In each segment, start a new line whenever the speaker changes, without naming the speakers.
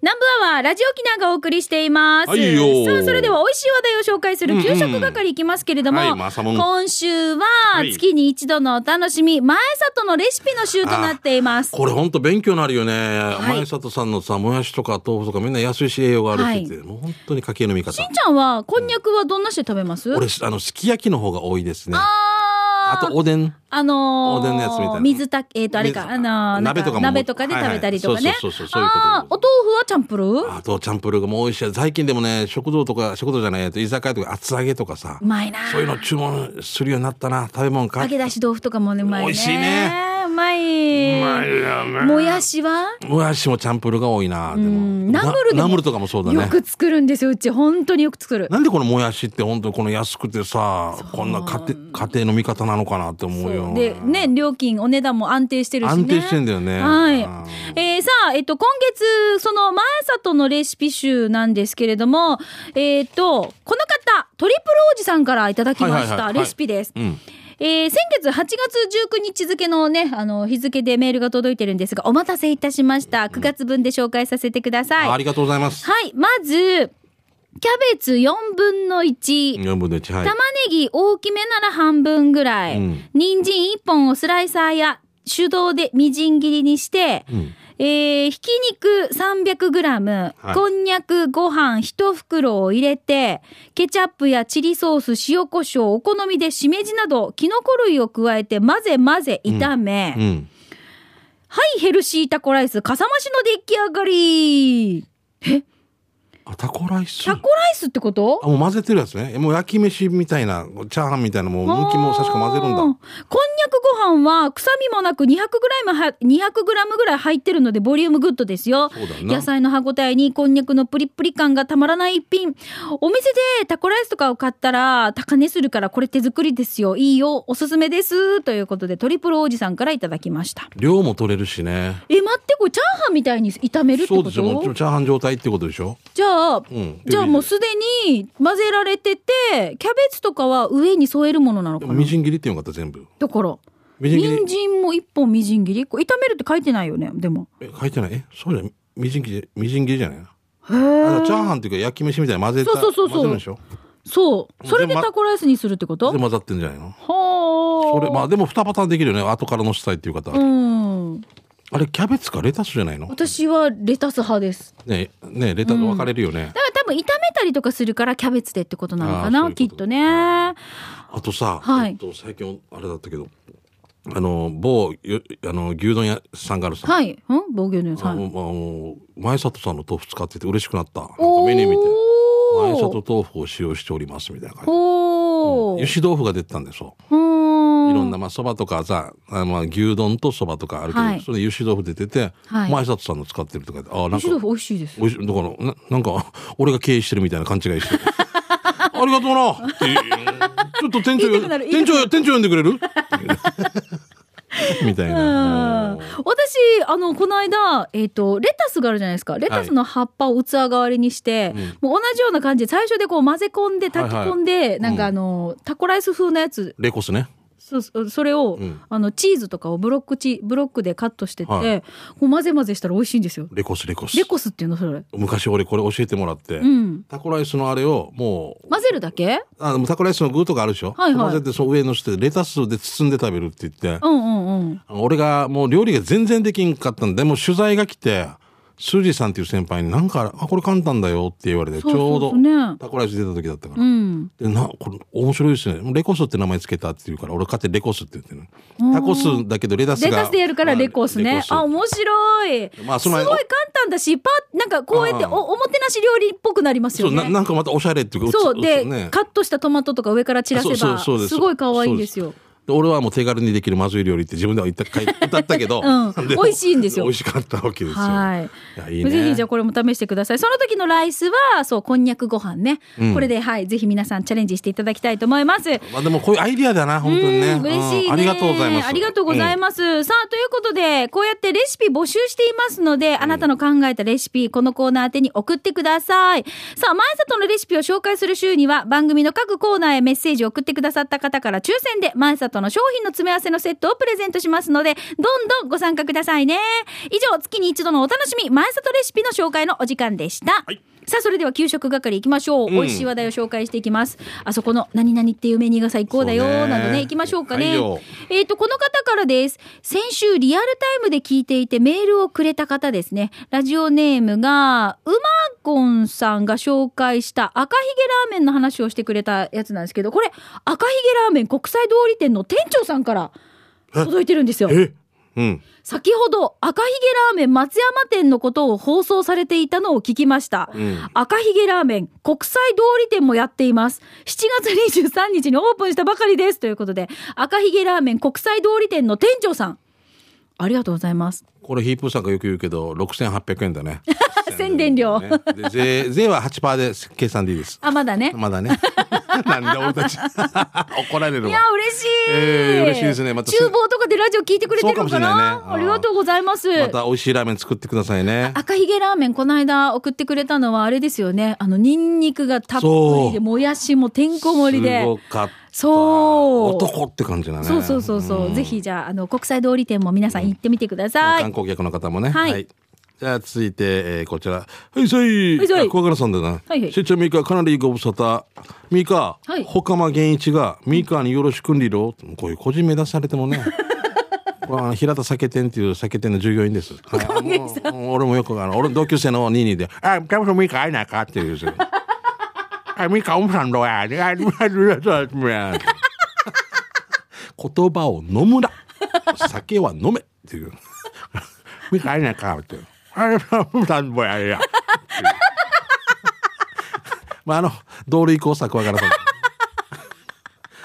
南部アワー、ラジオキナがお送りしています。
はいよ
さあ、それでは美味しい話題を紹介す
うん
る
うん
給食係いきますけれども、
はいまあ朝もん
今週は
はい
月に一度のお楽しみ、前里のレシピの週となっています。
これほんと勉強になるよね、
い
前里さんのさもやしとか豆腐とかみんな安いし栄養があるしって、もう本当に家計の味方
しんちゃんは、こんにゃくはどんなして食べます
俺あのすき焼きの方が多いですね
あ
あ
ー
とおでん
あのー、
おでんのやつみたいな
水炊き、えっ、と、あれか、
水
あのー、なん
鍋とか
か
も
鍋とかで
はいは
食
い
べたりとかね。
そうそうそうそういうこと
あーお豆腐はチャンプルー
あとチャンプルーがもう美味しい最近でもね食堂とか食堂じゃないやつ居酒屋とか厚揚げとかさ
うまいなー
そういうの注文するようになったな食べ物か
揚げ出し豆腐とかもね、うまいね。
美味しいね。
うまい。
うまいよね
もやしは
もやしもチャンプルーが多いなでも
んナムルでも
ナナムルとかもそうだね
よく作るんですよ、うち。本当によく作る。
なんでこのもやしって本当にこの安くてさこんな家庭家庭の味方なのかなって思うよ
で、ね、料金、お値段も安定してるしね。
安定してんだよね
はい
うん。
えーさあ、えっと、今月、その、前里のレシピ集なんですけれども、えっと、この方、トリプルおじさんからいただきま
はい
し
はいは
た
い
レシピです。
うん
えー先月8月19日付のね、あの、日付でメールが届いてるんですが、お待たせいたしました。9月分で紹介させてください。
ありがとうございます
はい、まず、キャベツ4分の1。
4分の1はい
玉ねぎ大きめなら半分ぐらい。
うん
人参1本をスライサーや手動でみじん切りにして、
うん
えーひき肉 300g、
はい
こんにゃくご飯1袋を入れて、ケチャップやチリソース、塩コショウ、お好みでしめじなど、きのこ類を加えて混ぜ混ぜ炒め、
うん
はい、ヘルシータコライス、かさ増しの出来上がり。
あタコライス
タコライスってこと
あもう混ぜてるやつねもう焼き飯みたいなチャーハンみたいなもう向きも差し込まぜるん
あーこんにゃ
だ
くご飯は臭みもなく2 0 0ムは200グラムぐらい入ってるのでボリュームグッドですよ
そうだな
野菜の歯ごたえにこんにゃくのプリップリ感がたまらない一品お店でタコライスとかを買ったら高値するからこれ手作りですよいいよおすすめですということでトリプルおじさんからいただきました
量も取れるしね
え待ってこれチャーハンみたいに炒めるって
そう
こと
ですよもうチャーハン状態ってことでしょ
じゃあ、
ん
じゃあもうすでに混ぜられててキャベツとかは上に添えるものなの
で
か
も
な
みじん切りっていうのがあった全部
だから
みじん切り
人参も一本みじん切りこれ炒めるって書いてないよねでも
え書いてないえそうじゃみじん切りみじん切りじゃない
へえ
あチャーハンっていうか焼き飯みたいに混ぜた
そうそうそうそう
混ぜるんでしょ
そうそれで
でま
タコライスにするってこと
で混ざってんじゃないの
ほ
そ
ー
れまあでも2パターンできるよね後からのしたいっていう方は、
うん
あれキャベツかレタスじゃないの
私はレタス派です
ねねレタス分かれるよね、
だから多分炒めたりとかするからキャベツでってことなのか
あーそう
な
いうこと
きっとね
あとさ、
はい
えっと、最近あれだったけどあの某よあの牛丼屋さんがあるさ、
はいん防御のやつは
あ
い
のあの前里さんの豆腐使ってて嬉しくなったなんか
おー
メニュー見て前里豆腐を使用しておりますみたいな感じ
おー
油脂豆腐が出てたんですよ
うーん
いろんな、まあ、そばとかさ、あまあ、牛丼とそばとかあるけど、
はい
それで油脂豆腐出てて、
はい
前里さんの使ってるとかで、ああ、なん
石
か、
豆腐美味しいです
おいしいだから、ななんか、俺が経営してるみたいな勘違いして。 ありがとうなっていうちょっと店長
言いたくな
よ、
る
店長よ、店長呼んでくれる みた
う
い
ん
な。
私あのこの間、えっとレタスがあるじゃないですかレタスの葉っぱを器代わりにして、もう同じような感じで最初でこう混ぜ込んで炊き込んで、なんかあの、タコライス風のやつ
レコスね。
そそそれを、
ん
あのチーズとかをブロックチブロックでカットしてて、
は
こう混ぜ混ぜしたら美味しいんですよ
レコス、レコス
レ。コスっていうのそれ
昔俺これ教えてもらって
ん、
タコライスのあれをもう、
混ぜるだけ
あのタコライスの具とかあるでしょ
はいはい
混ぜて、その上のして、レタスで包んで食べるって言って、
うんうんうん
俺がもう料理が全然できんかったんで、もう取材が来て、スージーさんっていう先輩になんか、あ、これ簡単だよって言われて、ち
そうそ
ょ
う
う
そう
ど
ね
タコライス出た時だったから
う。ん
で、な、これ面白いですね。レコスって名前つけたって言うから、俺勝手にレコスって言ってる。タコスだけどレタスが。
レタスでやるから
まあ
レコスね。あ、面白い。
まあその前
すごい簡単だし、パなんかこうやって
あー
おおもてなし料理っぽくなります
そ
よ
う、
ね。
ななんかまたおしゃれっていうか、
そう
つ
で、
ね
カットしたトマトとか上から散らせ
そうそう
ば
そうです
すごい可愛いんですよ。
で俺はもう手軽にできるまずい料理って自分では言った書い 歌ったけど、
うん
でも
美味しいんですよ
美味しかったわけですよ。
はい
いやいいね
ぜひじゃあこれも試してください。その時のライスはそうこんにゃくご飯ね。これではいぜひ皆さんチャレンジしていただきたいと思います。
まあでもこういうアイディアだな、本当にね。
うん嬉しいね、
うんありがとうございます。
ありがとうございます。さあ、ということで、こうやってレシピ募集していますので、あなたの考えたレシピ、このコーナー宛てに送ってください。さあ、前里のレシピを紹介する週には、番組の各コーナーへメッセージを送ってくださった方から抽選で、前里中の商品の詰め合わせのセットをプレゼントしますので、どんどんご参加くださいね。以上、月に一度のお楽しみ、前里レシピの紹介のお時間でした。
はい
さあ、それでは給食係行きましょう。
ん
美味しい話題を紹介していきます。あそこの何々っていうメニューが最高だよ
そうね、
などね、行きましょうか
はい
ね。
よ
えっ、と、この方からです。先週リアルタイムで聞いていてメールをくれた方ですね。ラジオネームが、うまこんさんが紹介した赤ひげラーメンの話をしてくれたやつなんですけど、これ、赤ひげラーメン国際通り店の店長さんから届いてるんですよ。
えうん。
先ほど赤ひげラーメン松山店のことを放送されていたのを聞きました。
うん。
赤ひげラーメン国際通り店もやっています7月23日にオープンしたばかりですということで赤ひげラーメン国際通り店の店長さんありがとうござい ます
これヒープーさんがよく言うけど、6800円 だね。
宣伝料
ねで税、税は8%で計算でいいです。
あまだね
まだね。なんで俺たち。 怒られる
いや
わ。
嬉しい、
えー嬉しいですねまた
厨房とかでラジオ聞いてくれてるのか
そうかもしれ
な
ないねうん
ありがとうございます、
また美味しいラーメン作ってくださいね。
赤ひげラーメンこの間送ってくれたのはあれですよねあのニンニクがたっぷり
そ
で
う
もやしもてんこ盛りです
ごかった。
そう
男って感じだね。
そうそうそうそう、ぜひじゃああの国際通り店も皆さん行ってみてください、
観光客の方もね。
はい
じゃあ続いて、えーこちら。はい、さい。
はいさい
あ小倉さんだな。
はいはい
しーちゃん、ミカ、かなりご無沙汰。ミカ、
はい
他間源一が、ミカによろしくんりろ。こういう個人目指されて もね。これは平田酒店っていう酒店の従業員です。はいもう俺もよく、あの、俺の同級生のニーニーで、あ、キャプテンミカ会えないかっていう。 あ、ミカ、おむさんどうや。あ、ミカ、 言葉を飲むな酒は飲めっていう見返りなかってあれなん ぼやいやまああの道路移行策わからさん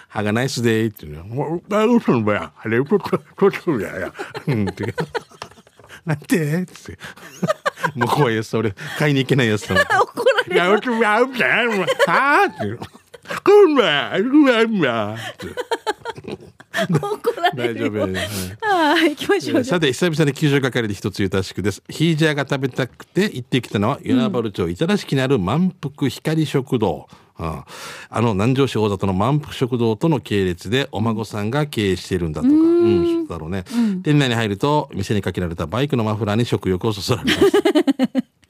歯がナイスデーっていうのもうあうそんぼやあれうそうそうややうんっていうなんてってもう怖いやつ俺買いに行けないやつだもん
怒られ
いや、うちも合うじゃん。はあっていう。来んな、来んなって。
怒られ
大
る
丈
よ
夫や。はい
ああ行きましょうじゃ
さて久々に給食係で一つ言うたしくですヒージャーが食べたくて行ってきたのは与那原町板田市にある満腹光食堂、うんあの南城市大里の満腹食堂との系列でお孫さんが経営しているんだとかうんそうだろうね、店内に入ると店にかけられたバイクのマフラーに食欲をそそられます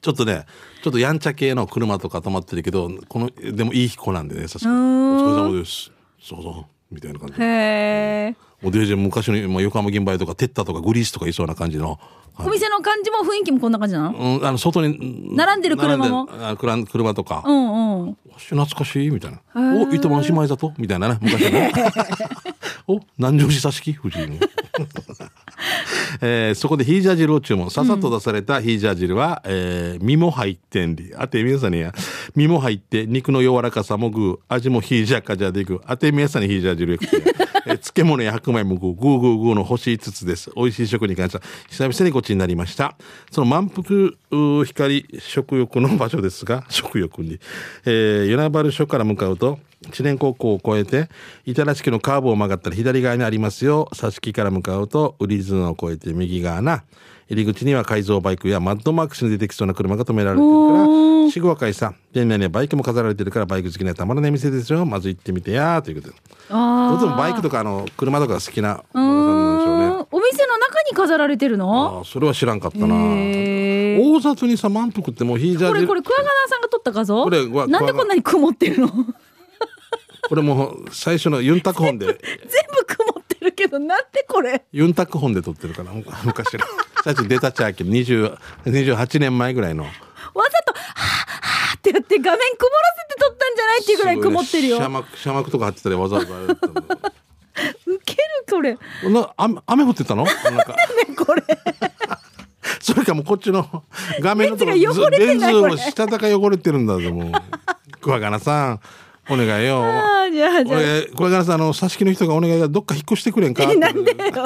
ちょっとねちょっとやんちゃ系の車とか止まってるけどこのでもいい子なんでね確かにお疲れ様ですそうそうみたいな感じで
あへえ
おデージェン昔の、まあ、横浜銀杯とかテッタとかグリースとかいそうな感じの、はい
お店の感じも雰囲気もこんな感じなの
うん、あの外にう
並んでる車も
並んでるあくらん車とか、
うんうん
おし懐かしいみたいな「お糸満姉妹だと」みたいなね昔のお南城市佐敷藤井の、 えーそこでヒージャー汁を注文ささっと出されたヒージャー汁は、えー身も入ってんりあて皆さんにや身も入って肉の柔らかさもグー味もヒージャーかじゃでいくあて皆さんにヒージャー汁よくてえー漬物や白米もグーグーグーグーの星5つです美味しい食に関しては久々にごちになりましたその満腹うー光食欲の場所ですが食欲に、えー、与那原署から向かうと知念高校を越えて板橋区のカーブを曲がったら左側にありますよ佐敷から向かうと瓜津野を越えて右側な入り口には改造バイクやマッドマックスに出てきそうな車が止められてるから死後は解散店内にはバイクも飾られてるからバイク好きにはたまらない店ですよまず行ってみてやーということでど
あ
うしてもバイクとかあの車とかが好きなお
あう
客さんなんでしょうね
んお店の中に飾られてるの
ああそれは知らんかったな
へー
大里にさ満腹ってもうヒージャー
これ
汁
これクワガナさんが撮った画像
これわ
なんでこんなに曇ってるの全
これもう最初のユンタクホン で
部曇ってるけどなんでこれ
ユンタクホンで撮ってるから昔の最初出たちゃき20 28年前ぐらいの
わざとはあはあってやって画面曇らせて撮ったんじゃないっていうぐらい曇ってるよ
すごいね車幕車幕とか貼ってたりわざわざやるって
ウケるこれね
な雨雨降ってたのな んか
これ
それかもうこっちの画面のとこ
レンズが汚れて
レン
ない
ズ
これ
も下高汚れてるんだぞもう桑原さんお願いよ
あーじゃあじゃあ
俺桑原さんあの挿し木の人がお願いがどっか引っ越してくれんか
えなんでよじ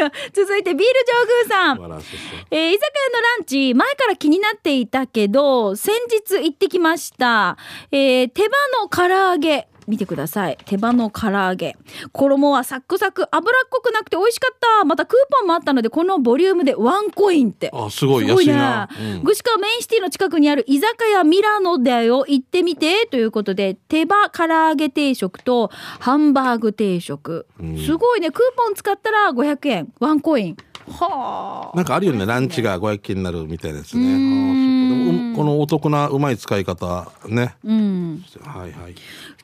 ゃあ続いてビール上宮さん
素晴らしいですね
えー居酒屋のランチ、前から気になっていたけど、先日行ってきました。えー手羽の唐揚げ。見てください。手羽の唐揚げ。衣はサックサク、脂っこくなくて美味しかった。またクーポンもあったので、このボリュームでワンコインって。
あすごい
すごい
安い
ね
な、うん
具志川メインシティの近くにある居酒屋ミラノだよ行ってみてということで手羽唐揚げ定食とハンバーグ定食、
うん
すごいねクーポン使ったら500円ワンコインはあ
なんかあるよねランチが500円になるみたいですね
うーん
あーそうかでもうこのお得なうまい使い方ね
うん、
はいはい、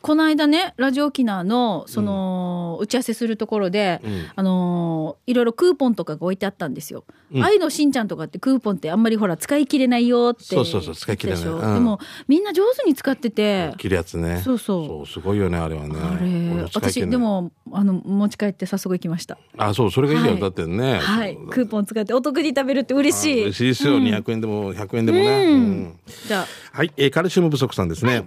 この間ねラジオ沖縄のその、打ち合わせするところで、
うん
あのーいろいろクーポンとかが置いてあったんですよ。
うん
愛のしんちゃんとかってクーポンってあんまりほら使い切れないよって
そうそうそう使い切れない
言ってたでし
う
ょ
ん
でもみんな上手に使ってて、
切るやつね
そうそう
すごいよねあれはね
あ
俺
れ
も使い
私
切んない
でもあの持ち帰って早速行きました
あそうそれがいいよ、
はい
だってね
はい
そう
クーポン使ってお得に食べるって嬉しい
嬉しいですよ、200円でも100円でもね、
うん
うん
じゃあ
はい、えーカルシウム不足さんですね、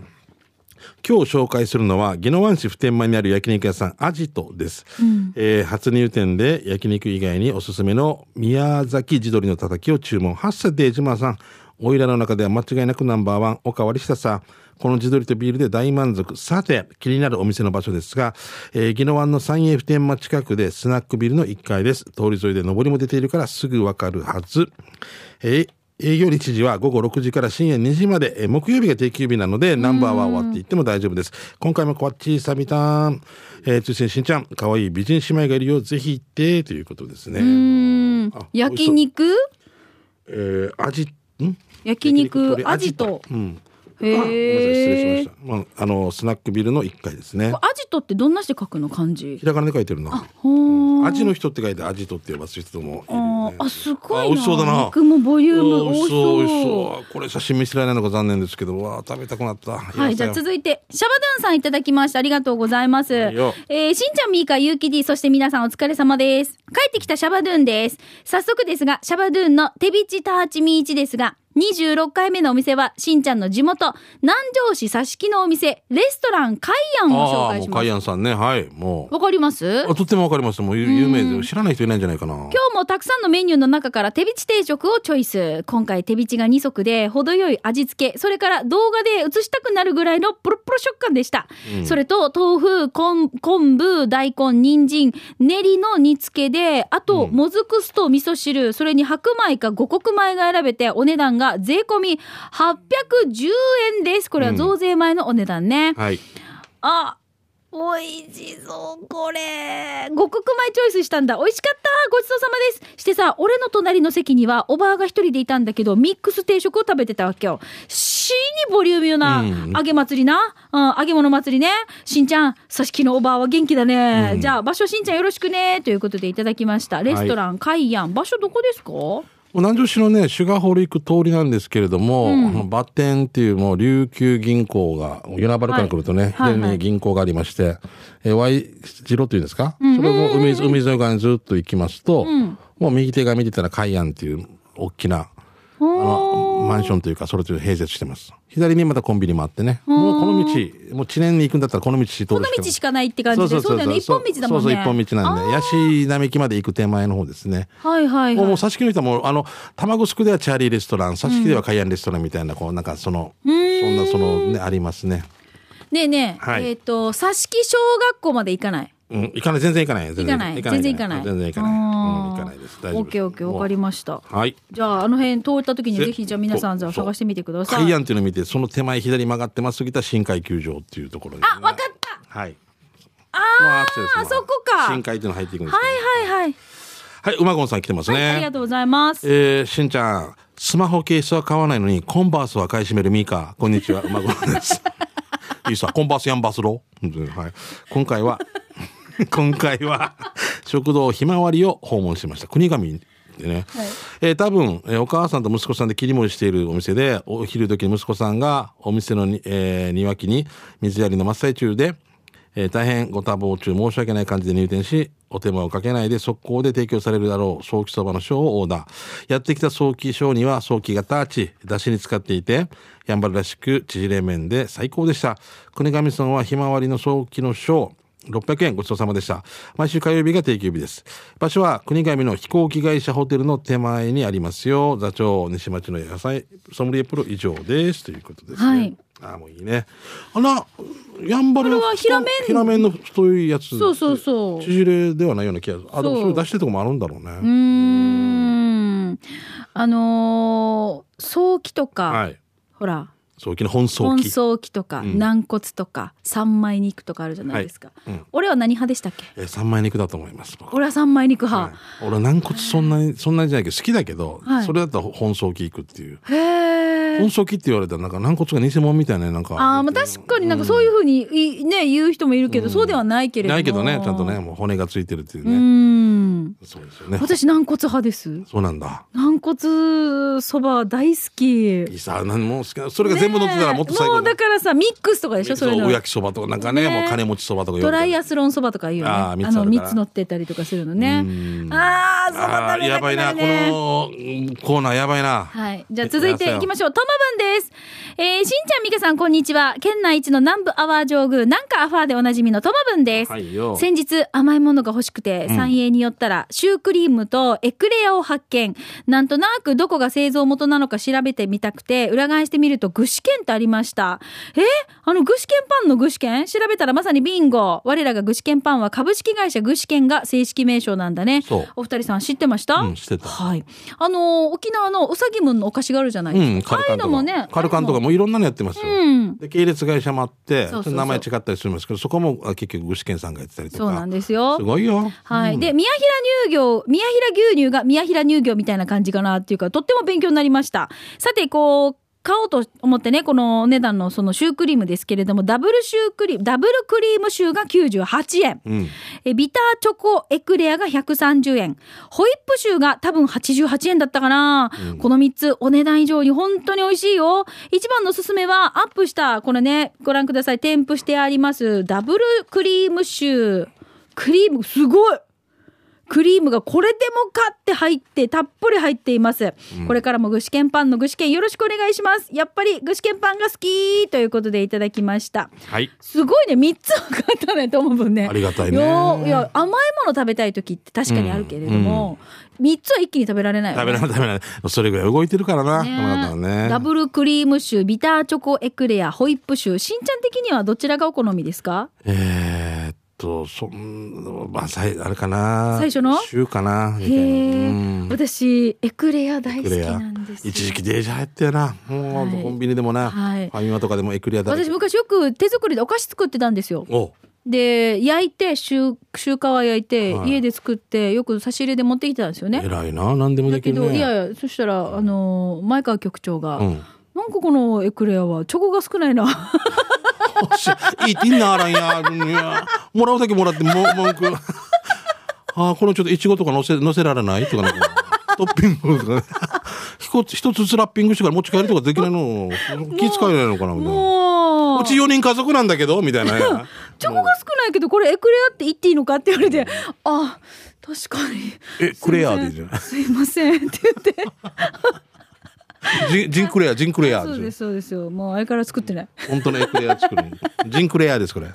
今日紹介するのは、宜野湾市普天間にある焼肉屋さん、アジトです。えー初入店で焼肉以外におすすめの宮崎地鶏のたたきを注文。八瀬デージマさん、おいらの中では間違いなくナンバーワン、おかわりしたさ。この地鶏とビールで大満足。さて、気になるお店の場所ですが、えー、宜野湾の三栄普天間近くでスナックビルの1階です。通り沿いで上りも出ているからすぐわかるはず。えー営業日時は午後6時から深夜2時まで、えー木曜日が定休日なので、ナンバーは終わっていっても大丈夫です。今回もこっちサビタン、えー、通信しんちゃん、可愛い美人姉妹がいるよ、ぜひ行って、ということです
う
ね。
ーん
あ
焼肉
えー、味、ん
焼肉アジト
とうん。あごめんなさい、
へ
失礼
え
しました。まあ、あの、スナックビルの1階ですね。
アジトってどんなして書くの漢字
ひらがなで書いてるな。
ほー
味の人って書いて、味とって呼ばせる人もいるよ
あ
ね
ー。あすご
あ
い
美
な
味しそうだな
肉もボリューム
お
多
ー美味しそう美味し
そ
そうこれ写真見せられないのが残念ですけどわあ食べたくなった
うはいじゃあ続いてシャバドゥンさんいただきましたありがとうございます
はいよ
えーしんちゃん、みーか、ゆうき D、そして皆さんお疲れ様です。帰ってきたシャバドゥンです。早速ですが、シャバドゥンの手びちターチミーチですが、26回目のお店は、しんちゃんの地元、南城市佐敷のお店、レストランカイアンを紹
ああー
介
も
し
う
ま
カイ
す。
アンさんねはいもう
わかります
あとってもわかりますもう有有名で知らない人いないんじゃないかな
今日もたくさんのメニューの中から手びち定食をチョイス。今回手びちが2足で程よい味付け、それから動画で映したくなるぐらいのプロプロ食感でした。それと豆腐、昆昆布、大根、人参、練りの煮付けで、あと、もずく酢と味噌汁、それに白米か五穀米が選べて、お値段が税込み810円です。これは増税前のお値段ね。
はい
あ美味しそうこれ五穀米チョイスしたんだ美味しかったごちそうさまですしてさ俺の隣の席にはおばあが一人でいたんだけどミックス定食を食べてたわけよ死にボリューミーよな、
うん
揚げ祭りな、うん、揚げ物祭りねしんちゃんさしきのおばあは元気だね、
うん
じゃあ場所しんちゃんよろしくねということでいただきましたレストランカイアン場所どこですか
もう南城市のねシュガーホール行く通りなんですけれども、あのバッテンっていうもう琉球銀行が与那原から来るとね、
はい
左に
はい
銀行がありまして、えー、Y 字路っていうんですか、それを海海沿い側にずっと行きますと、もう右手が見てたらカイアンっていう大きなあのマンションというかそれという併設してます左にまたコンビニもあってねもうこの道もう知念に行くんだったらこの道通るしか
この道しかないって感じでそうだよね一本道だもんね
そうそう一本道なんで、ヤシ並木まで行く手前の方ですね。
はいはい
もう
は
もう
い
佐敷の人はもうあの卵すくではチャーリーレストラン佐敷ではカイアンレストランみたいなこうなんかそのそんなそのねありますね。
ねえねえ、
はい
えっ、と佐敷小学校まで行かない
うん行かない全然行かない全然
行かない全然行かない
全然行かないうん行かないです大丈夫
オッケーオッケーわかりました
す。はい。
じゃああの辺通った時に
ぜ
ぜひじゃあ皆さんじゃあ
そう
探してみてくださ
カ
い
イアンっていうのを見てその手前左に曲がってますぎた深海球場っていうところに、
あわかった
はい。
あ
あ
あそこか
深海っていうのが入っていくんです
は
けど
いはいはい、
はい馬込さん来てますね。
はい、ありがとうございます
えー、しんちゃん、スマホケースは買わないのに、コンバースは買い占めるミーカー。こんにちは、馬込です。いいさ、コンバースやんバスロー。うんはい。今回は、 今回は、食堂ひまわりを訪問しました。国神でね。えー多分、えーお母さんと息子さんで切り盛りしているお店で、お昼時に息子さんがお店のに、えー庭木に水やりの真っ最中で、えー大変ご多忙中申し訳ない感じで入店し、お手間をかけないで速攻で提供されるだろう、早期そばの賞をオーダー。やってきた早期賞には早期がターチ、だしに使っていて、やんばるらしく縮れ麺で最高でした。国神村はひまわりの早期の賞、 600円ごちそうさまでした。毎週火曜日が定休日です。場所は国神の飛行機会社ホテルの手前にありますよ。座長、西町の野菜、ソムリエプロ以上です。ということですね。
はい
ああ、もういいね。あら、やんばるの
これは平麺
平麺の太いやつ。
そうそうそう
縮れではないような気がする。あ、でも
そう
それ出してるとこもあるんだろうね。
うーんあのー、早期とか、
はい。
ほら
早期の本早
本
期。
早期とか、
ん
軟骨とか三枚肉とかあるじゃないですか、
はいうん
俺は何派でしたっけ
えー、三枚肉だと思います。僕
俺は三枚肉
は
派、
い、俺軟骨そんなに、そんなにじゃないけど、好きだけど、
はい
それだったら本早期行くっていう。
へえ
本早期って言われたら、なんか軟骨が偽物みたいな、なんか。
あーまあ確かになんかそういうふうにい、ね、言う人もいるけど、そうではないけれども
ないけどね、ちゃんとね、もう骨がついてるっていう
う
ね。
ん
そうですよね。
私軟骨派です
そうなんだ。
軟骨そば大好き
いいさ、なんもう好きな、それが全部乗ってたらもっと最
ねえ
高
もうだからさミックスとかでしょそれ
そう、
の
お焼きそばとか、なんかね、
ね
もう金持ちそばとか言
ト
わ
ラ
れ
イ
て
アスロンそばとかいうよね
あー三つある
の
から
三つ乗ってたりとかするのねああそんな食
あー
べ
や
た
ば
く
い
な
な、
い
こ
ね
のうんコーナーやばいな。
はい。じゃあ続いていきましょう。トマブンです。えー、しんちゃん、みかさん、こんにちは。県内一の南部アワー上宮、なんかアファーでおなじみのトマブンです。
はいよ。
先日甘いものが欲しくて、三栄に寄ったらシュークリームとエクレアを発見なんとなくどこが製造元なのか調べてみたくて裏返してみると具志堅ってありましたえあの具志堅パンの具志堅調べたらまさにビンゴ我らが具志堅パンは株式会社具志堅が正式名称なんだね
そう
お二人さん知ってました、
うん知ってた
はいあのー沖縄のうさぎむんのお菓子があるじゃないですか、
うん、カル
ああいう
カン
の
と
も
か。
ね
カルカンとかもういろんなのやってますよ。
うん
で系列会社もあって
そうそうそう
ちょっと名前違ったりするんですけどそこもあ結局具志堅さんがやってたりとか
そうなんですよ
すごいよ
はい。で、宮平乳業、宮平牛乳が宮平乳業みたいな感じかなっていうか、とっても勉強になりました。さて、こう、買おうと思ってね、このお値段のそのシュークリームですけれども、ダブルシュークリーム、ダブルクリームシューが98円。
うん
えビターチョコエクレアが130円。ホイップシューが多分88円だったかな、この3つお値段以上に本当に美味しいよ。一番のおすすめはアップした、これね、ご覧ください。添付してあります。ダブルクリームシュー。クリーム、すごいクリームがこれでもかって入ってたっぷり入っています、これからも具志堅パンの具志堅よろしくお願いしますやっぱり具志堅パンが好きということでいただきました
はい
すごいね3つを買ったねと思う分ね
ありがたいね
よいや甘いもの食べたい時って確かにあるけれども、三3つは一気に食べられないよね
食べない食べないそれぐらい動いてるからな、
ね
この方はね
ダブルクリームシュービターチョコエクレアホイップシューしんちゃん的にはどちらがお好みですか
えーっとそんまあさいあれかな
最初の
週かなみ
へ
たいな
え、
うん
私エクレア大好
エク
き
レア
なんですよ
一時期デージャー入ったよなもう、
はい
コンビニでもな、
はい
ファミマとかでもエクレアだらけ
私昔よく手作りでお菓子作ってたんですよ
お
で焼いて中中華は焼いて、
はい
家で作ってよく差し入れで持ってきてたんですよね
偉いな何でも
だ
で
け
きる
ど
ね
いやいやそしたらあのー前川局長が、
うん
なんかこのエクレアはチョコが少ないな
おっしゃいいっていいなあらんやうんいやもらうだけもらっても文句あーこのちょっといちごとかのせのせられないとかなんかトッピングとかね一つ一つずつラッピングしてから持ち帰るとかできないの気遣えないのかなみたいな
もう
うち4人家族なんだけどみたいなね
チョコが少ないけどこれエクレアって言っていいのかって言われてあ確かに
えクレアでいいじゃん
すいませんすいませんって言って
ジンジンクレアジンクレア
そう
で
ですすそうですよもうあれから作ってない
よ本当のエクレア作るジンクレアですこれ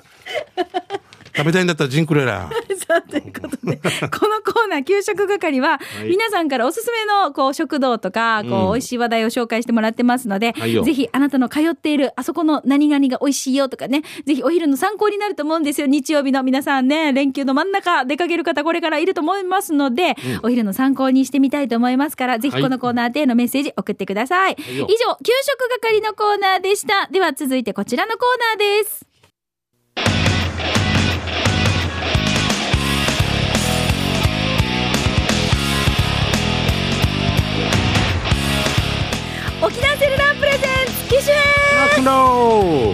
食べたいんだったらジンクレ ア
さあということでこのコーナー給食係は、
い
皆さんからおすすめのこう食堂とかこう美味しい話題を紹介してもらってますので、
はいよ
ぜひあなたの通っているあそこの何々が美味しいよとかねぜひお昼の参考になると思うんですよ日曜日の皆さんね連休の真ん中出かける方これからいると思いますので、お昼の参考にしてみたいと思いますからぜひこのコーナーでのメッセージ送ってください、
い
以上
よ
給食係のコーナーでしたでは続いてこちらのコーナーです沖縄セルラープレゼンツ機種編
マクロ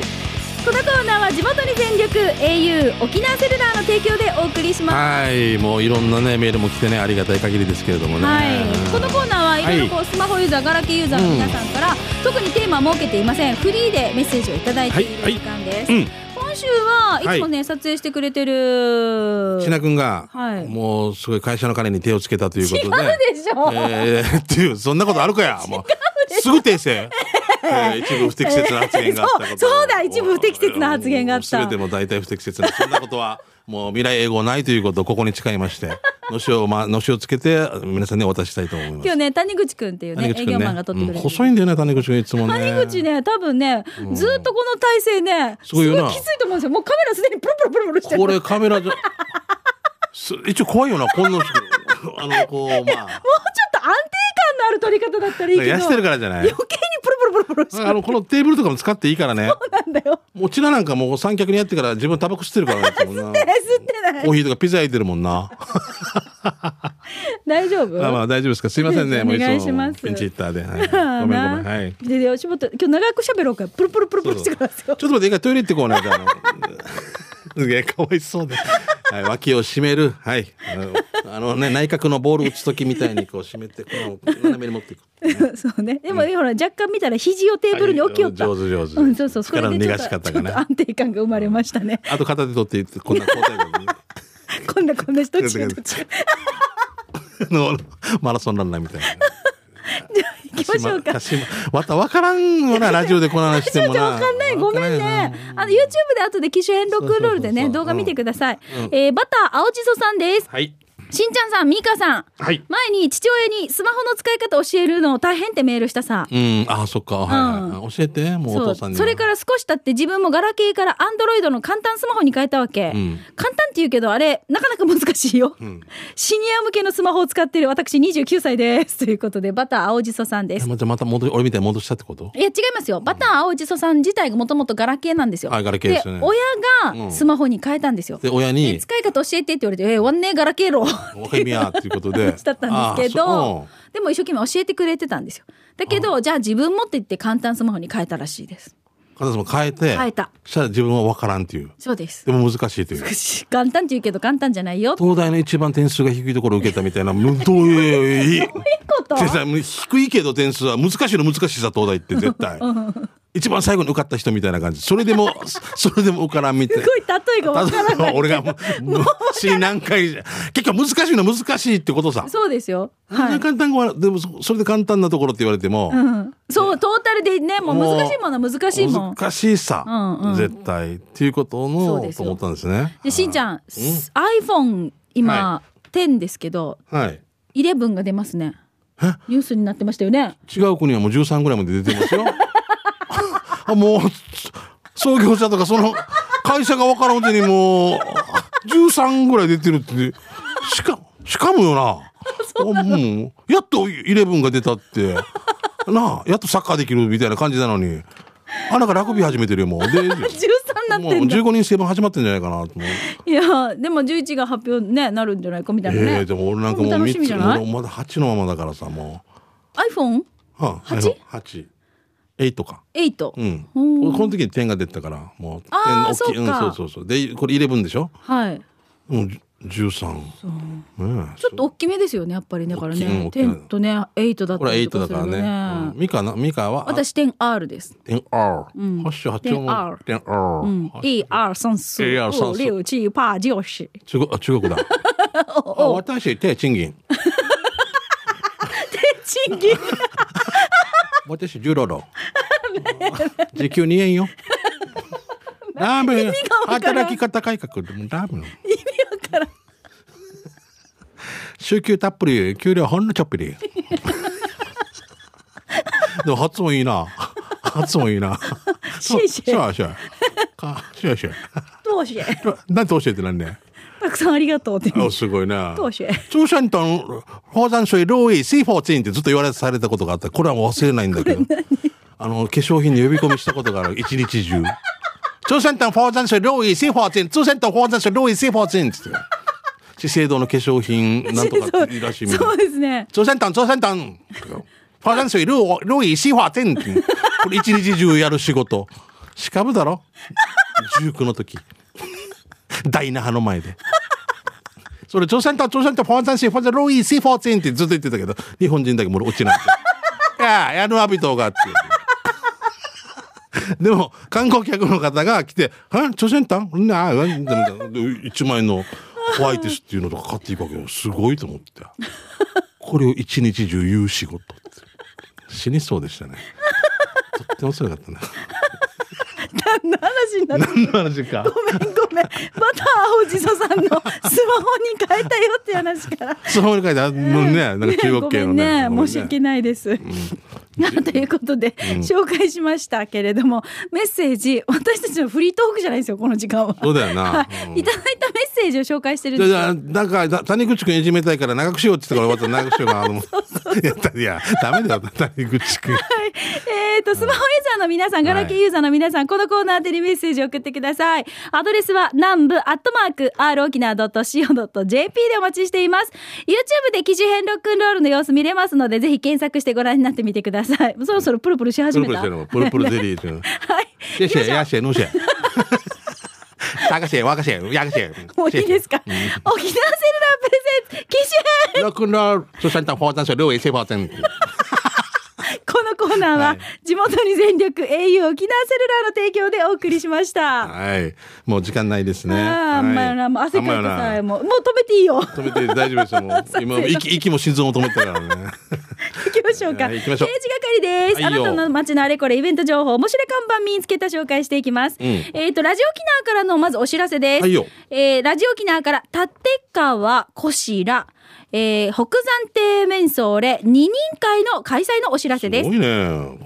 このコーナーは地元に全力 au 沖縄セルラーの提供でお送りしま
はいもういろんなねメールも来てねありがたい限りですけれども
す
ね
はい、このコーナーはいろいろこうスマホユーザー、ガラケーユーザーの皆さんから、特にテーマは設けていませんフリーでメッセージをいただいている
はい
時間です、
うん
今週はいつもね、撮影してくれてる
しな君が、
はい
もうすごい会社の金に手をつけたということで。
違うでしょ、
えー、っていう、そんなことある かや。もうすぐ訂正。えー一部 不適切な発言があったこと
そうそうだ一部不適切な発言があった
すべても大体不適切な、そんなことはもう未来英語ないということをここに誓いま して、のしを、まあ、のしをつけて、皆さんにお渡ししたいと思います。
今日ね谷口くんっていうね
谷
営
口くん
業
ね
マンが撮ってくれて
う
る
ん細いんだよね、谷口くんいつも ね。
谷口ね多分ねずーっとこの体勢ねす
すご
ご
い
い
よな
きついと思うんですよもうカメラすでにプルプルプルプルして
こ
る
れカメラじゃ、す一応怖いよな、こんなの。 あの、こう、まあ。
もうちょっと安定感のある撮り方だったらいいけど
痩せてるからじゃない
余計にプルプルプルプルして
あの、このテーブルとかも使っていいからね。
なんだよ
もちろなんかもう三脚にやってから自分タバコ吸ってるからね。いつもな
え吸ってない
コーヒーとかピザ焼いてるもんな。
大丈夫
まあまあ大丈夫ですか。すいませんね。
お願い
もう
します
ピンチヒッターで。はい
あ
ごめんご
ー
めん。
な
はい。
でで吉本今日長く喋ろうかプルプルプルプルしてからですよ
ちょっと待って、一回トイレ行ってこうね。じゃああ のすげえ、かわいそうで。はい、脇を締める。はい。あのあのね、内角のボール打つときみたいにこう締めて、この斜めに持っていく。
そうね。でも、ほら、若干見たら、肘をテーブルに置きよった。
はい上手上手
うん、そうそう、それ
力の
で
逃
ちょ
が
っと、ち
し方
ょ
が
っ
ね
と安定感が生まれましたね。
あと片手取っていって、こんな交代に。
こんな、こんな人違う。
違う違うあのマラソンランナーみたいな。
行きましょうか。
鹿島また分から んよな、ラジオでこの話し
ち
て
ょ
も
っと
な。
わかんない。ごめん
わから
ね
よな。
あの、YouTube で後で機種変ロックンロールで
そうそうそうそ
ね、
う
動画見てください
うん。
えーバター青じそさんです。
はい。
しんちゃんさん、みーかさん。
はい。
前に父親にスマホの使い方教えるの大変ってメールしたさ。
うん、あ、そっか。はいはいはい教えて、もうお
そ
父
う
さんには。
それから少し経って自分もガラケーからアンドロイドの簡単スマホに変えたわけ、
うん
簡単って言うけどあれなかなか難しいよ、シニア向けのスマホを使ってる私29歳ですということでバター青じそさんで
え
す
またまた戻り、俺みたいに戻したってこと
いや違いますよバター青じそさん自体がもともとガラケーなんですよ、
はいガラケーですよね
親がスマホに変えたんですよ、
で、親に
で、使い方教えてって言われて「えー、わんねえガラケーろ」
おへみやっていうことで。
だったんですけ
あそ
どでも一生懸命教えてくれてたんですよだけどじゃあ自分もって言って簡単スマホに変えたらしいです
う片も変えて。
変えた。
したら自分は分からんっていう。
そうです
でも難しいという。
簡単って言うけど簡単じゃない よ。どう
東大の一番点数が低いところを受けたみたいな、むどういう、いい。
いうこと
先生もう低いけど点数は難しいの難しいさ東大って絶対一番最後に受かった人みたいな感じそれ でもそそれでも受からんみたい
すごい例えがわ から
な
ない。
俺がもうもう死何回じゃ結局難しいの難しいってことさ、
そうですよ。
そん
は。
ない簡単に終わらでもそそれで簡単なところって言われても、
うん、そう、トータルでね、もう
もう
難しいものは難しいもん。
難しいさ、
うんうん
絶対っていうこと
そう
の
です
と
よ
思ったんですね
で、しんちゃん、iPhone 今、10ですけど、
はい
11が出ますね。ニュースになってましたよね。
違う国はもう13ぐらいまで出てますよ あもう創業者とかその会社が分からんうちにもう13ぐらい出てるってしかしかも よなうんやっと11が出たってなあやっとサッカーできるみたいな感じなのにあなんかラグビー始めてる よもうで
13に
も
な
う
ってんだ。
15人制分始まってんじゃないかなと思う。
いや、でも11が発表ね、なるんじゃないかみたいなね。
ええでも俺なんかもう
楽しみじ
3つ
ゃない
もうまだ8のままだからさも
?iPhone8?
う、はあ、
8
8 8かうん、
うん
この時に点が出てたからもう点
あー
大きい
そうか
ん、そうそうそうでこれ11でしょ
はい。
もう13ねえ
ちょっと大きめですよね、やっぱりね。だからね
大、きいうん
10とね、8だっ
これ
た
は
りとか
8だ
す
から
る
ね
よ
うん
ね。
ミカなミカはあ
私 10R です。
点 R 8種8音も点 R
うん
あ
一二三四
一二三四
五六七八九十。
中国あ中国だ あ私手賃金
賃金。
私10ロ ロ時給2円よラーメン
わからん
働き方改革でもラーメン意味わからん週休たっぷり給料ほんのちょっぴりでも発音いいな発音いいな
シェイシェイ
そうそうかシェイシェイ
どうし
何て教えてなんね
たくさんありがとうって。
あすごいな
どうし
中山東宝山水ローイ C14 ってずっと言われされたことがあったこれはもう忘れないん だけどあの化粧品に呼び込みしたことがある一日中中山東宝山水ローイ C14 中山東宝山水ローイ C14 つって資生堂の化粧品なんとかっていいらしいみたい
そうですね。
中山東中山東宝山水ローローイ C14 ってこれ一日中やる仕事しかぶだろ19の時大那覇の前で。それ、朝鮮と朝鮮とフォンサンシーフォンサンロイーシーフォーチンってずっと言ってたけど、日本人だけもう落ちない。いやあ、やるアビトがって。でも、観光客の方が来て、は朝鮮タンうんああ、うんでもで一枚のホワイトスっていうのとか買っていくわけよ。すごいと思って。これを一日中言う仕事 って。死にそうでしたね。とっても辛かったね。
大何の話になった
何の話か
ごめんごめんまた青じそさんのスマホに変えたよって話から
そういう書いてあるのねなんか中国系
ご
のね
めんね申し訳ないです、ということで、紹介しましたけれどもメッセージ私たちのフリートークじゃないですよこの時間は
そうだよ な
はい
うん
いただいたメッセージを紹介してるん
じ
で
ゃ
す
じ
よ
ゃあなんかだ谷口くんいじめたいから長くしようって言ったから終わったら長くしようかなと思っていやたいやダメだよ谷口くん
えー、と、スマホユーザーの皆さん、ガラケーユーザーの皆さん、このコーナー宛てにメッセージを送ってください。アドレスは、南部アットマーク、r 沖縄 .co.jp でお待ちしています。YouTube で機種変ロックンロールの様子見れますので、ぜひ検索してご覧になってみてください。そろそろプルプルし始
プル
め
プル
た。
してるのプルプルゼリーっていうの
はい。
シェシェヤシェ ヌシェタカシェワカシェヤカシェ
もういいですか、沖縄セルラープレゼンツ、機種変
ロックンロール初三段フォータンスルーエセフォータン
このコーナーは
はい、
地元に全力、au 沖縄セルラーの提供でお送りしました。
はいもう時間ないですね
あーあんまよな、もう汗かいてさえもう、もう止めていいよ。
止めて大丈夫ですよもう今息息も心臓も止めてたからね
行きましょうか。
はい行きましょう
刑事係です。
はいよ
あなたの街のあれこれイベント情報、面白い看板見つけた紹介していきます。
うん
えっ、と、ラジオ沖縄からのまずお知らせです。
はいよ
えーラジオ沖縄から、立川こしら、えー北山亭面相れ二人会の開催のお知らせ
す
です。
ごいね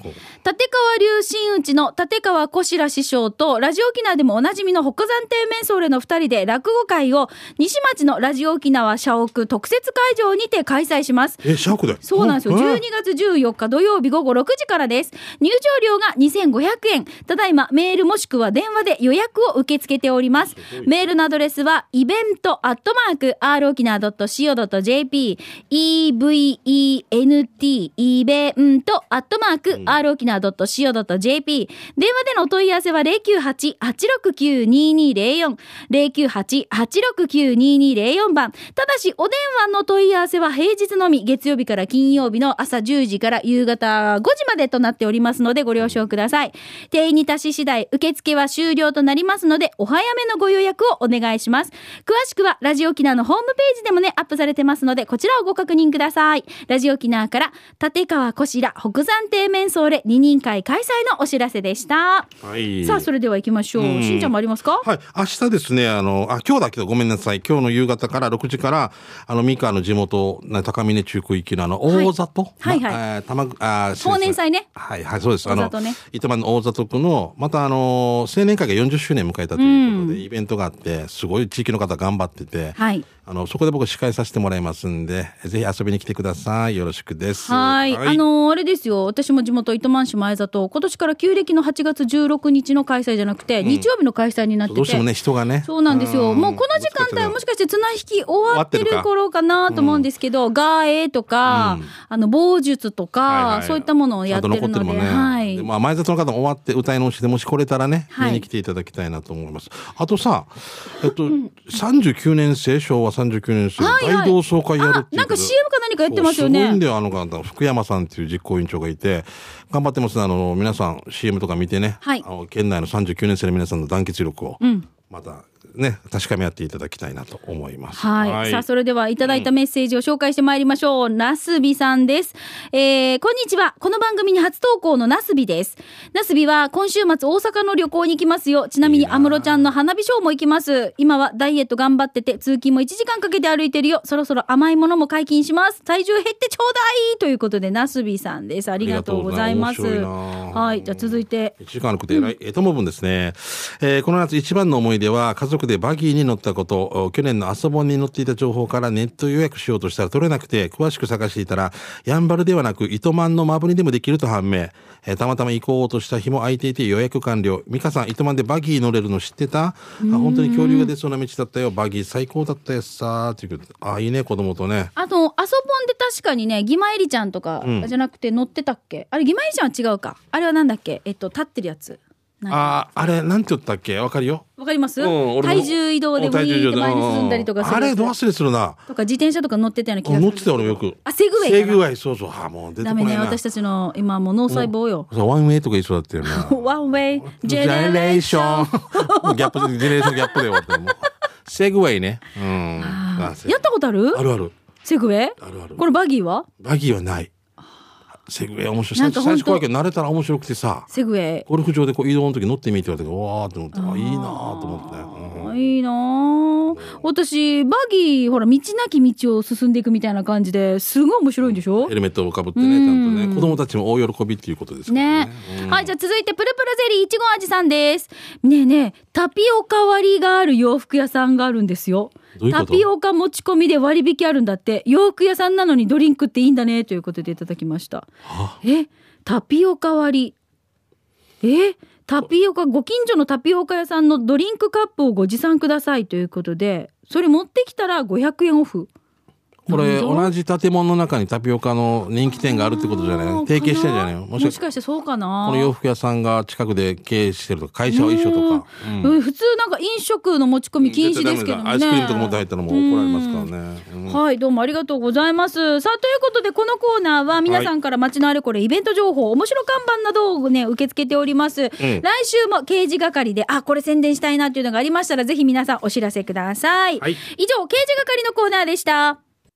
立川流真打ちの立川こしら師匠と、ラジオ沖縄でもおなじみの北山定面相れの二人で落語会を、西町のラジオ沖縄社屋特設会場にて開催します。
えシャークだよ
そうなんですよ。
え
12月14日土曜日午後6時からです。入場料が2500円。ただいまメールもしくは電話で予約を受け付けております。メールのアドレスは、イベントアットマーク、r 沖縄 .co.jp、event、イベントアットマーク、r 沖縄 .co.jp、電話でのお問い合わせは098-869-2204、098-869-2204番。ただし、お電話の問い合わせは平日のみ、月曜日から金曜日の朝10時から夕方5時までとなっておりますので、ご了承ください。定員に達し次第、受付は終了となりますので、お早めのご予約をお願いします。詳しくは、ラジオ沖縄のホームページでもね、アップされてますので、こちらをご確認ください。ラジオ沖縄から、立川こしら北山定面相れ二人会開催のお知らせでした。
はい
さあ、それでは行きましょう。
うん
しんちゃんもありますか
はい、明日ですね、あの、あ、今日だけどごめんなさい。今日の夕方から6時から、あの、三河の地元、な高峰中区域のあの、
い
大里、
はいはい
まあえーたまぐ、あー、失礼
忘年祭ね
しましたはい、はい、そうです。あ
大
の
里ね、
糸満の大里区の、またあの、青年会が40周年迎えたということで、イベントがあって、すごい地域の方頑張ってて、
はい。
あの、そこで僕司会させてもらいますんで、ぜひ遊びに来てください。よろしくです。
はい、あのーあれですよ、私も地元糸満市前里、今年から旧暦の8月16日の開催じゃなくて、日曜日の開催になってて。
どうしてもね、人がね。
そうなんですよ。もうこの時間帯はもしかして綱引き終わって
終わ
る
ってるか
頃かなと思うんですけど、ガーエとか、あの、棒術とか、
はいはい
そういったものをやってるので、
ちゃんと残ってるもんね。
はい。
でまあ前里の方も終わって歌い直しでもしこれたらね、
はい
見に来ていただきたいなと思います。あとさ、えっと、39年生、昭和39年生、
はいはい
大同窓会やるっていう
あな
こ、とで
んか CM か何かやってますよね。
そうすごいんだよ、あの方。福山さんっていう実行委員長がいて、頑張ってますね。あの、皆さん CM とか見てね、
はい
あの県内の39年生の皆さんの団結力を、
ん
またね、確かめ合っていただきたいなと思います。
はい。さあ、それでは、いただいたメッセージを紹介してまいりましょう。なすびさんです。えー、こんにちは。この番組に初投稿のなすびです。なすびは、今週末、大阪の旅行に行きますよ。ちなみに、安室ちゃんの花火ショーも行きます。今は、ダイエット頑張ってて、通勤も1時間かけて歩いてるよ。そろそろ甘いものも解禁します。体重減ってちょうだいということで、なすびさんです。ありがとうございます。
ありがとうございます面白いな
はい。じゃあ、続いて。
一時間のくて偉い、えともぶんですね、えーこの夏一番の思い出は家族でバギーに乗ったことお去年の遊ぼんに乗っていた情報からネット予約しようとしたら取れなくて詳しく探していたらやんばるではなく糸満のマブにでもできると判明、えーたまたま行こうとした日も空いていて予約完了美香さん糸満でバギー乗れるの知ってたあ本当に恐竜が出そうな道だったよバギー最高だったやつさということでああいいね子供とね
あの、アソボンで確かにね、ギマエリちゃんとか
うん
じゃなくて乗ってたっけ、あれ、ギマエリちゃんは違うか。あれはなんだっけえっと、立ってるやつ。なんか
あああれなんて言ったっけわかるよ
わかります、
うん俺も
体重移動で
うん
ブイ
体
ーン
重移
っ
動
て
で
前に進んだりとか
う
す
ん
る
あ
や
れ
つ
ど忘れするな
とか自転車とか乗ってたような気がする。
乗ってた俺もよく。
あセグウェイかな
セグウェイ、そうそう。あ、もう出てこな
ダ
い
メ
な。
ね、私たちの今もう脳細胞よ。
そうワンウェイとか言いそうだったよ な。
ワンウェイ、ジ
ジ
ェネ
ェネ
レ
レ
ー
ー
シ
シ
ョン。
ョン。 もうギャップで、ジェネレーションギャップで終わったよもう。セグウェイね。うん。あ
やったことある
あるある。
セグウェイ
あるある
このバギーは
バギーはない。セグウェイ面白
な
い。最
んか
初
ほん
最
と
初怖いけど慣れたら面白くてさ、
セグウェイ
ゴルフ場でこう移動の時乗ってみて言われて、わーって思って、あ、いいなーと
あ
思
ー
って。
いいなー私バギーほら道なき道を進んでいくみたいな感じですごい面白いんでしょ
ヘルメットをかぶってね、ちゃんと
うん
ね、子供たちも大喜びっていうことですから
ね
ね。
はい、じゃあ続いて、プルプルゼリーいちご味さんです。ねえねえ、タピオカ割りがある洋服屋さんがあるんですよ。
どういうこ
タ
と
ピオカ持ち込みで割引あるんだって、洋服屋さんなのにドリンクっていいんだね、ということでいただきました。
は
え、タピオカ割り。え、タピオカ、ご近所のタピオカ屋さんのドリンクカップをご持参くださいということで、それ持ってきたら500円オフ。
これ、
なるほど
同じ建物の中にタピオカの人気店があるってことじゃない
あー
提携してんじゃない
かなも
もしか
しかしてそうかな
この洋服屋さんが近くで経営してるとか、会社は一緒とか。うん
うん普通なんか飲食の持ち込み禁止ですけどもね。
アイスクリームとか持って入ったらもう怒られますからね。うん
はい、どうもありがとうございます。さあ、ということで、このコーナーは皆さんから街のあれこれ、イベント情報、面白看板などをね、受け付けております。来週も掲示係で、あ、これ宣伝したいなっていうのがありましたら、ぜひ皆さんお知らせください。
はい
以上、掲示係のコーナーでした。